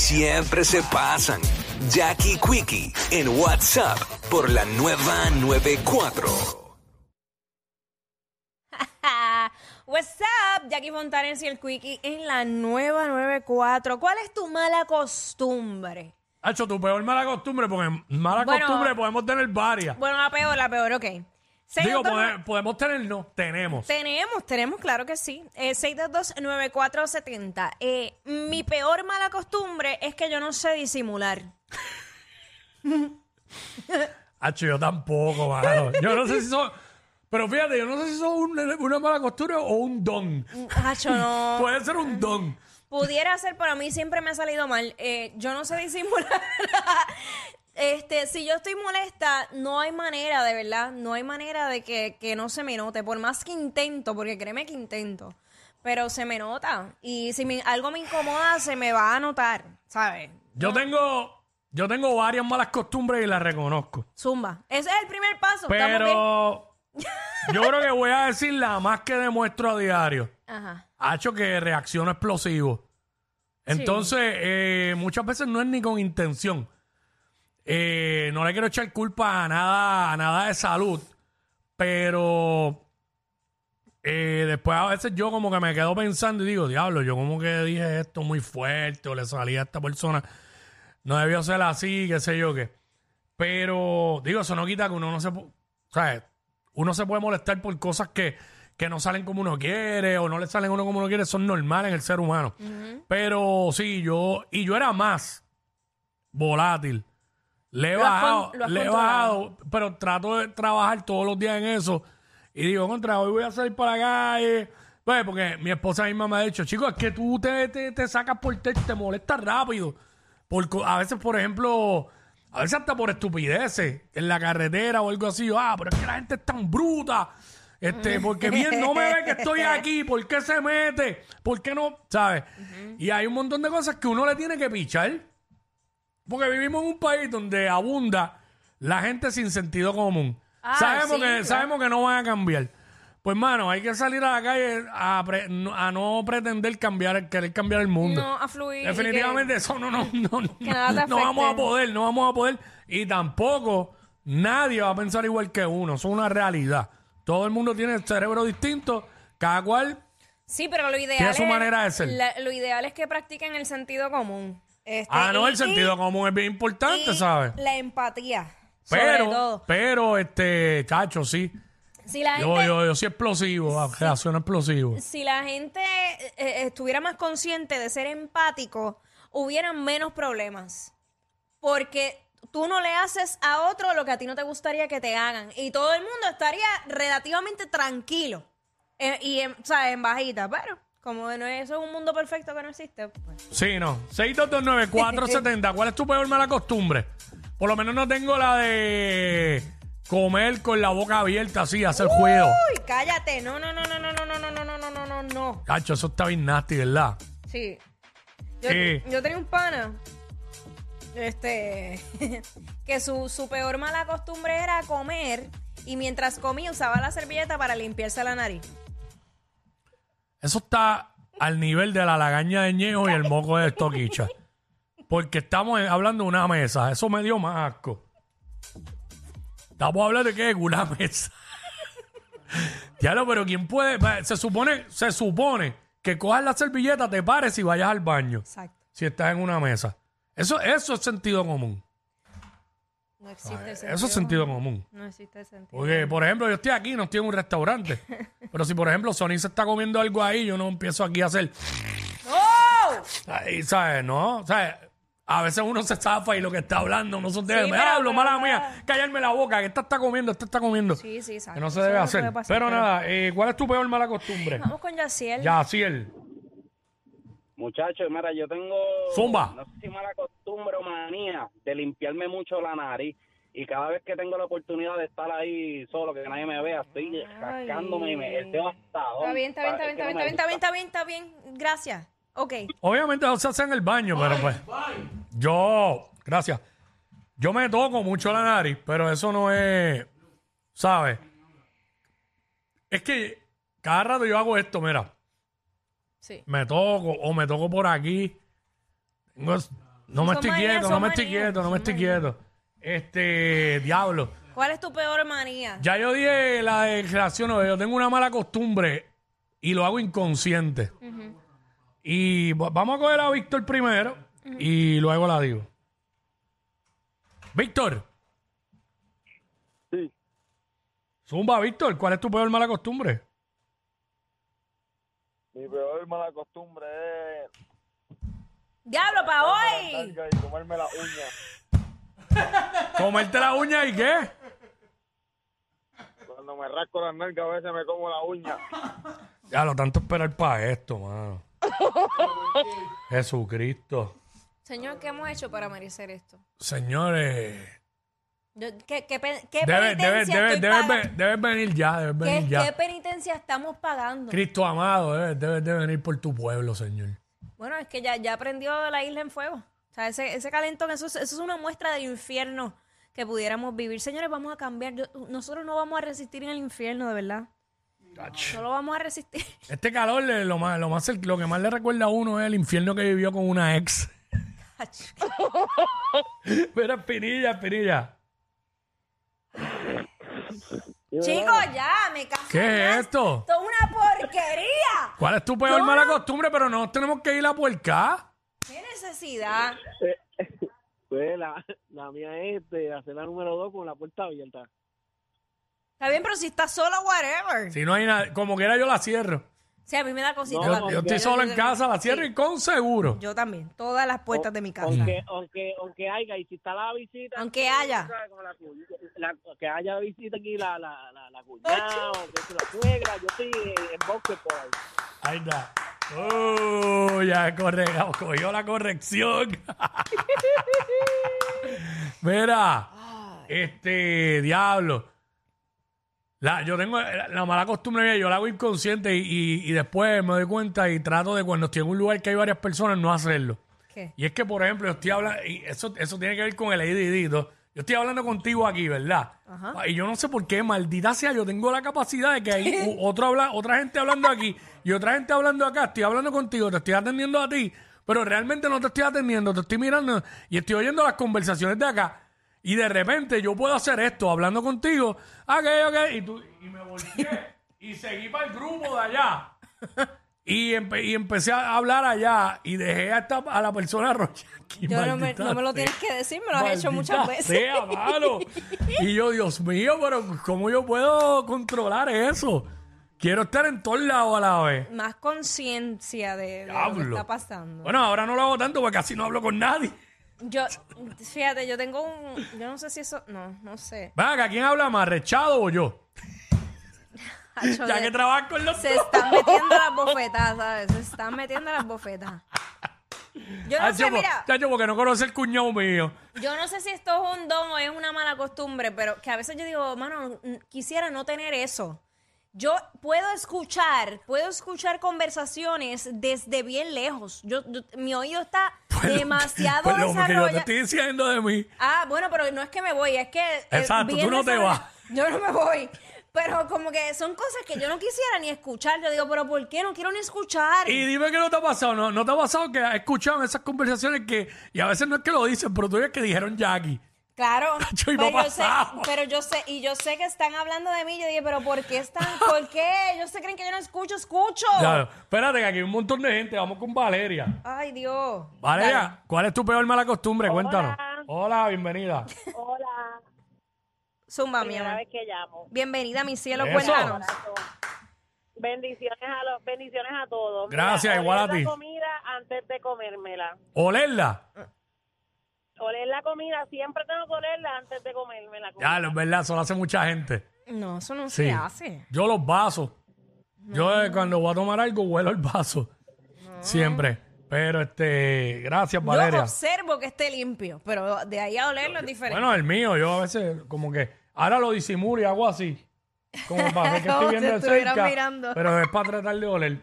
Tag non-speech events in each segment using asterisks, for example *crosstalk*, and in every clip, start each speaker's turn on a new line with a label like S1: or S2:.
S1: siempre se pasan. Jackie Quickie en WhatsApp por la nueva 94.
S2: *laughs* What's up, Jackie Fontanes y el Quickie en la nueva 94. ¿Cuál es tu mala costumbre?
S3: Hacho, tu peor mala costumbre, porque mala
S2: Bueno.
S3: costumbre podemos tener varias.
S2: Bueno, la peor, la peor, ok. Seis
S3: Digo, pues,
S2: dos dos-
S3: pode- podemos tener, no, tenemos.
S2: Tenemos, tenemos, claro que sí. Eh, 622-9470. Eh, mi peor mala costumbre es que yo no sé disimular.
S3: Hacho, yo tampoco, mano. Yo no sé si son... Pero fíjate, yo no sé si son un- una mala costumbre o un don.
S2: Hacho,
S3: *laughs*
S2: no.
S3: Puede ser un don.
S2: Pudiera ser, pero a mí siempre me ha salido mal. Eh, yo no sé *laughs* disimular. este, si yo estoy molesta, no hay manera, de verdad. No hay manera de que, que no se me note. Por más que intento, porque créeme que intento. Pero se me nota. Y si me- algo me incomoda, se me va a notar, ¿sabes?
S3: Yo tengo... Yo tengo varias malas costumbres y las reconozco.
S2: Zumba. Ese es el primer paso. ¿estamos bien?
S3: Pero... Yo creo que voy a decir la más que demuestro a diario.
S2: Ajá.
S3: Hacho que reacciono explosivo. Entonces, eh, muchas veces no es ni con intención. Eh, no le quiero echar culpa a nada, a nada de salud, pero eh, después a veces yo como que me quedo pensando y digo, diablo, yo como que dije esto muy fuerte o le salí a esta persona. No debió ser así, qué sé yo qué. Pero, digo, eso no quita que uno no se... pu- O sea, uno se puede molestar por cosas que, que no salen como uno quiere o no le salen a uno como uno quiere. Son normales en el ser humano. Pero sí, yo... Y yo era más volátil. Le he
S2: Lo has con-
S3: bajado,
S2: lo has
S3: le he
S2: controlado.
S3: bajado, pero trato de trabajar todos los días en eso. Y digo, contra, hoy voy a salir para la calle. Pues, porque mi esposa misma me ha dicho, chicos, es que tú te, te, te sacas por te, te molestas rápido. Por co- a veces, por ejemplo, a veces hasta por estupideces en la carretera o algo así. Yo, ah, pero es que la gente es tan bruta.
S2: Mm.
S3: Este, porque bien, no me ve que
S2: *laughs*
S3: estoy aquí, ¿por qué se mete? ¿Por qué no? ¿Sabes? Y hay un montón de cosas que uno le tiene que pichar. Porque vivimos en un país donde abunda la gente sin sentido común.
S2: Ah,
S3: sabemos,
S2: sí,
S3: que,
S2: claro.
S3: sabemos que no van a cambiar. Pues, mano, hay que salir a la calle a, pre- no- a no pretender cambiar, querer cambiar el mundo.
S2: No, a fluir. y que-
S3: Definitivamente eso no, no, no, no,
S2: nada te
S3: no vamos
S2: afecte.
S3: a poder, no vamos a poder. Y tampoco nadie va a pensar igual que uno. Eso es una realidad. Todo el mundo tiene el cerebro distinto, cada cual.
S2: Sí, pero lo ideal
S3: Tiene
S2: es...
S3: su manera de ser.
S2: la- lo ideal es que practiquen el sentido común. Este,
S3: ah, no,
S2: y-
S3: el sentido
S2: y-
S3: común es bien importante,
S2: y
S3: ¿sabes?
S2: La empatía. sobre
S3: Pero,
S2: todo.
S3: pero, este, chacho, sí.
S2: Si la
S3: Yo,
S2: gente,
S3: yo, yo soy explosivo, ah, reacciono explosivo.
S2: si la gente eh, eh, estuviera más consciente de ser empático, hubieran menos problemas. Porque tú no le haces a otro lo que a ti no te gustaría que te hagan. Y todo el mundo estaría relativamente tranquilo. Eh, y, en, o sea, en bajita. Pero, como no es- eso es un mundo perfecto que no existe, pues,
S3: Sí, no. 6229470. ¿Cuál es tu peor mala costumbre? Por lo menos no tengo la de comer con la boca abierta así, hacer juego.
S2: Uy, cállate. No, no, no, no, no, no, no, no, no, no, no, no, no.
S3: Cacho, eso está bien nasty, ¿verdad?
S2: Sí. Yo,
S3: Sí.
S2: yo tenía un pana. Este. *laughs* que su, su peor mala costumbre era comer. Y mientras comía usaba la servilleta para limpiarse la nariz.
S3: Eso está al nivel de la lagaña de Ñejo y el moco de Stoquicha. Porque estamos en- hablando de una mesa. Eso me dio más asco. Estamos hablando de qué? Una *laughs* mesa. Diablo, pero ¿quién puede? Va, Se supone, se supone que cojas la servilleta, te pares y vayas al baño.
S2: Exacto.
S3: Si estás en una mesa. Eso, eso es sentido común.
S2: No existe el sentido.
S3: Eso es sentido común.
S2: No existe el sentido.
S3: Porque, por ejemplo, yo estoy aquí, no estoy en un restaurante. Pero si, por ejemplo, Sony se está comiendo algo ahí, yo no empiezo aquí a hacer.
S2: ¡Oh!
S3: Ay, ¿sabes? No, ¿sabes? A veces uno se zafa y lo que está hablando no son de
S2: Sí,
S3: me
S2: pero-
S3: hablo,
S2: pero-
S3: mala mía, callarme la boca, que esta está comiendo, esta está comiendo.
S2: Sí, sí, exacto.
S3: que no se
S2: Eso
S3: debe
S2: puede
S3: hacer.
S2: pasar,
S3: pero, nada, eh, ¿cuál es tu peor mala costumbre?
S2: Vamos con Yaciel.
S3: Yaciel.
S4: Muchachos, mira, yo tengo.
S3: Zumba.
S4: No sé si mala costumbre o manía de limpiarme mucho la nariz. Y cada vez que tengo la oportunidad de estar ahí solo, que nadie me vea, estoy
S2: Ay.
S4: rascándome y me. Es devastador.
S2: Está bien, está bien, está bien,
S4: Es
S2: está
S4: que
S2: bien,
S4: no me
S2: está bien, está bien,
S4: gusta.
S2: está bien, está bien. Gracias. Ok.
S3: Obviamente no se hace en el baño, pero pues. Yo, gracias. Yo me toco mucho la nariz, pero eso no es. ¿Sabes? Es que cada rato yo hago esto, mira.
S2: Sí.
S3: me toco o me toco por aquí. Tengo es- No me
S2: Son
S3: estoy
S2: manías,
S3: quieto,
S2: son
S3: no me estoy
S2: manías,
S3: quieto, no
S2: son
S3: me estoy
S2: manías.
S3: quieto. Este, diablo.
S2: ¿Cuál es tu peor manía?
S3: Ya yo dije la declaración, no, yo tengo una mala costumbre y lo hago inconsciente. Y va- vamos a coger a Víctor primero y luego la digo. Víctor.
S4: Sí.
S3: Zumba, Víctor, ¿cuál es tu peor mala costumbre?
S5: Mi peor mala costumbre es
S2: Diablo, para
S5: la
S2: hoy.
S5: targa y comerme la uña.
S3: ¿Comerte la uña y qué?
S5: Cuando me rasco las nalgas a veces me como la uña.
S3: Ya lo tanto esperar para esto, mano. Jesucristo.
S2: Señor, ¿qué hemos hecho para merecer esto?
S3: Señores.
S2: Yo- ¿Qué, qué pe- qué
S3: Debes,
S2: penitencia
S3: debes, debes,
S2: estoy
S3: debes,
S2: paga-
S3: ve- debes venir ya, debes venir
S2: ¿Qué,
S3: ya.
S2: qué penitencia estamos pagando?
S3: Cristo amado, debes, debes de venir por tu pueblo, Señor.
S2: Bueno, es que ya, ya prendió la isla en fuego. O sea, ese, ese calentón, eso, es- eso es una muestra del infierno que pudiéramos vivir. Señores, vamos a cambiar. Yo- nosotros no vamos a resistir en el infierno, de verdad. No lo vamos a resistir. *laughs*
S3: Este calor, eh, lo, más, lo, más, lo que más le recuerda a uno es el infierno que vivió con una ex. *laughs* Pero espinilla, espinilla.
S2: Chicos, ya, me caso.
S3: ¿Qué es esto?
S2: Esto es una porquería.
S3: ¿Cuál es tu peor mala costumbre? Pero no tenemos que ir a puerca.
S2: ¿Qué necesidad?
S4: Pues la, la mía es de hacer la número dos con la puerta abierta.
S2: Está bien, pero si estás sola, whatever.
S3: Si no hay nada, como quiera yo la cierro.
S2: Sí, a mí me da cosita.
S3: Yo,
S2: también.
S3: yo estoy solo en casa, la cierro y con seguro.
S2: Yo también, todas las puertas de mi casa.
S4: Aunque, aunque, aunque haya, y si está la visita,
S2: Aunque haya.
S4: ¿sabes? Como la cu- la- que haya visita aquí, la, la, la, la cuñada, o que es la suegra, yo estoy en boxer por ahí.
S3: Ahí está. Uh, ya corre, cogió la corrección. *laughs* Mira, este diablo. La- yo tengo la, la mala costumbre mía, yo la hago inconsciente y, y- y después me doy cuenta y trato de cuando estoy en un lugar que hay varias personas no hacerlo.
S2: ¿Qué?
S3: Y es que, por ejemplo, yo estoy hablando, y eso, eso tiene que ver con el ADD. y todo. Yo estoy hablando contigo aquí, ¿verdad? Y yo no sé por qué, maldita sea, yo tengo la capacidad de que hay u- otro habla, otra gente hablando aquí y otra gente hablando acá. Estoy hablando contigo, te estoy atendiendo a ti, pero realmente no te estoy atendiendo, te estoy mirando y estoy oyendo las conversaciones de acá. Y de repente yo puedo hacer esto hablando contigo, ok, ok, y, tú, y me volteé y seguí para el grupo de allá. Y, empe- y empecé a hablar allá y dejé a, esta- a la persona *laughs* arrollada aquí,
S2: Yo no me,
S3: maldita
S2: no me lo
S3: sea.
S2: tienes que decir, me lo has hecho
S3: Maldita
S2: muchas veces.
S3: sea, mano. Y yo, Dios mío, pero ¿cómo yo puedo controlar eso? Quiero estar en todos lados a la vez.
S2: Más conciencia de, de lo que
S3: Diablo.
S2: está pasando.
S3: Bueno, ahora no lo hago tanto porque casi no hablo con nadie.
S2: Yo, fíjate, yo tengo un. Yo no sé si eso. No, no sé.
S3: Venga, ¿quién habla más, Rechado o yo?
S2: Hacho,
S3: Ya
S2: de-
S3: que trabajo con los
S2: se están metiendo las bofetas, ¿sabes? Se están metiendo las bofetas. Yo no
S3: Hacho, pues,
S2: sé,
S3: po-
S2: mira.
S3: Hacho, Ah, porque no conoce el cuñado mío. *laughs*
S2: Yo no sé si esto es un don o es una mala costumbre, pero que a veces yo digo, mano, n- quisiera no tener eso. Yo puedo escuchar, puedo escuchar conversaciones desde bien lejos. Yo, yo- mi oído está
S3: *laughs* Pues lo-
S2: demasiado
S3: pues lo que yo te
S2: desarrollado.
S3: estoy diciendo de mí.
S2: Ah, bueno, pero no es que me voy, es que... eh,
S3: Exacto,
S2: bien
S3: tú no te
S2: desarrollado.
S3: vas.
S2: Yo no me voy. Pero como que son cosas que yo no quisiera ni escuchar. Yo digo, pero ¿por qué no quiero ni escuchar?
S3: Y dime que no te ha pasado, ¿no? ¿No te ha pasado que has escuchado en esas conversaciones que, y a veces no es que lo dicen, pero tú ves que dijeron Jackie?
S2: Claro,
S3: *laughs* Nacho, y no
S2: pero, yo sé,
S3: pasamos.
S2: pero yo sé, y yo sé que están hablando de mí. Yo dije, pero ¿por qué están? ¿Por qué? Ellos se creen que yo no escucho, escucho.
S3: Claro. Espérate, que aquí hay un montón de gente. Vamos con Valeria.
S2: Ay, Dios.
S3: Valeria,
S2: Dale.
S3: ¿cuál es tu peor mala costumbre? Cuéntanos.
S2: *laughs*
S3: Hola, bienvenida.
S6: Hola,
S2: Zumba, mi
S6: primera
S2: amor.
S6: vez que llamo.
S2: Bienvenida a mi cielo,
S3: Eso.
S2: cuéntanos.
S6: Bendiciones a los, bendiciones a todos.
S3: Gracias,
S6: oler
S3: igual a ti.
S6: La comida antes de comérmela.
S3: Olerla.
S6: Oler la comida, siempre tengo que olerla antes de comérmela.
S3: Ya, es verdad, eso lo hace mucha gente.
S2: No, eso no
S3: Sí.
S2: se hace.
S3: Yo los vasos. Yo eh, cuando voy a tomar algo, huelo el vaso. Siempre. Pero este, gracias,
S2: Yo
S3: Valeria.
S2: observo que esté limpio, pero de ahí a olerlo es diferente.
S3: Bueno, el mío, yo a veces como que ahora lo disimulo y hago así.
S2: *laughs*
S3: Como para ver que
S2: Como
S3: estoy
S2: si
S3: viendo el
S2: estuvieras
S3: cerca,
S2: mirando.
S3: Pero es para tratar de oler.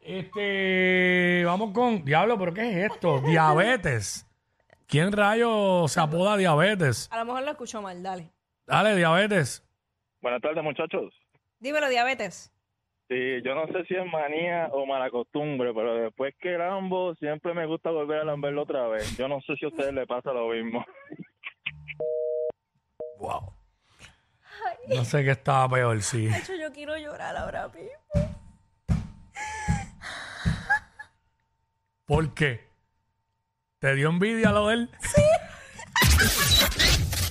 S3: Este, vamos con diablo, pero ¿qué es
S2: *laughs*
S3: esto? Diabetes. ¿Quién rayo se apoda diabetes?
S2: A lo mejor lo escucho mal, dale.
S3: Dale, diabetes.
S5: Buenas tardes, muchachos.
S2: Dímelo, diabetes.
S5: Sí, yo no sé si es manía o mala costumbre, pero después que lambo, siempre me gusta volver a lamberlo otra vez. Yo no sé si a ustedes les pasa lo mismo.
S3: Wow. No sé qué estaba peor, sí.
S2: De hecho, yo quiero llorar ahora mismo.
S3: ¿Por qué? ¿Te dio envidia lo de él?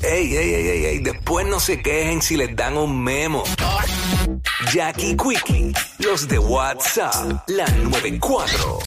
S1: Ey, ey, ey, ey, ey, después no se quejen si les dan un memo. Jackie Quickie, los de WhatsApp, la 94.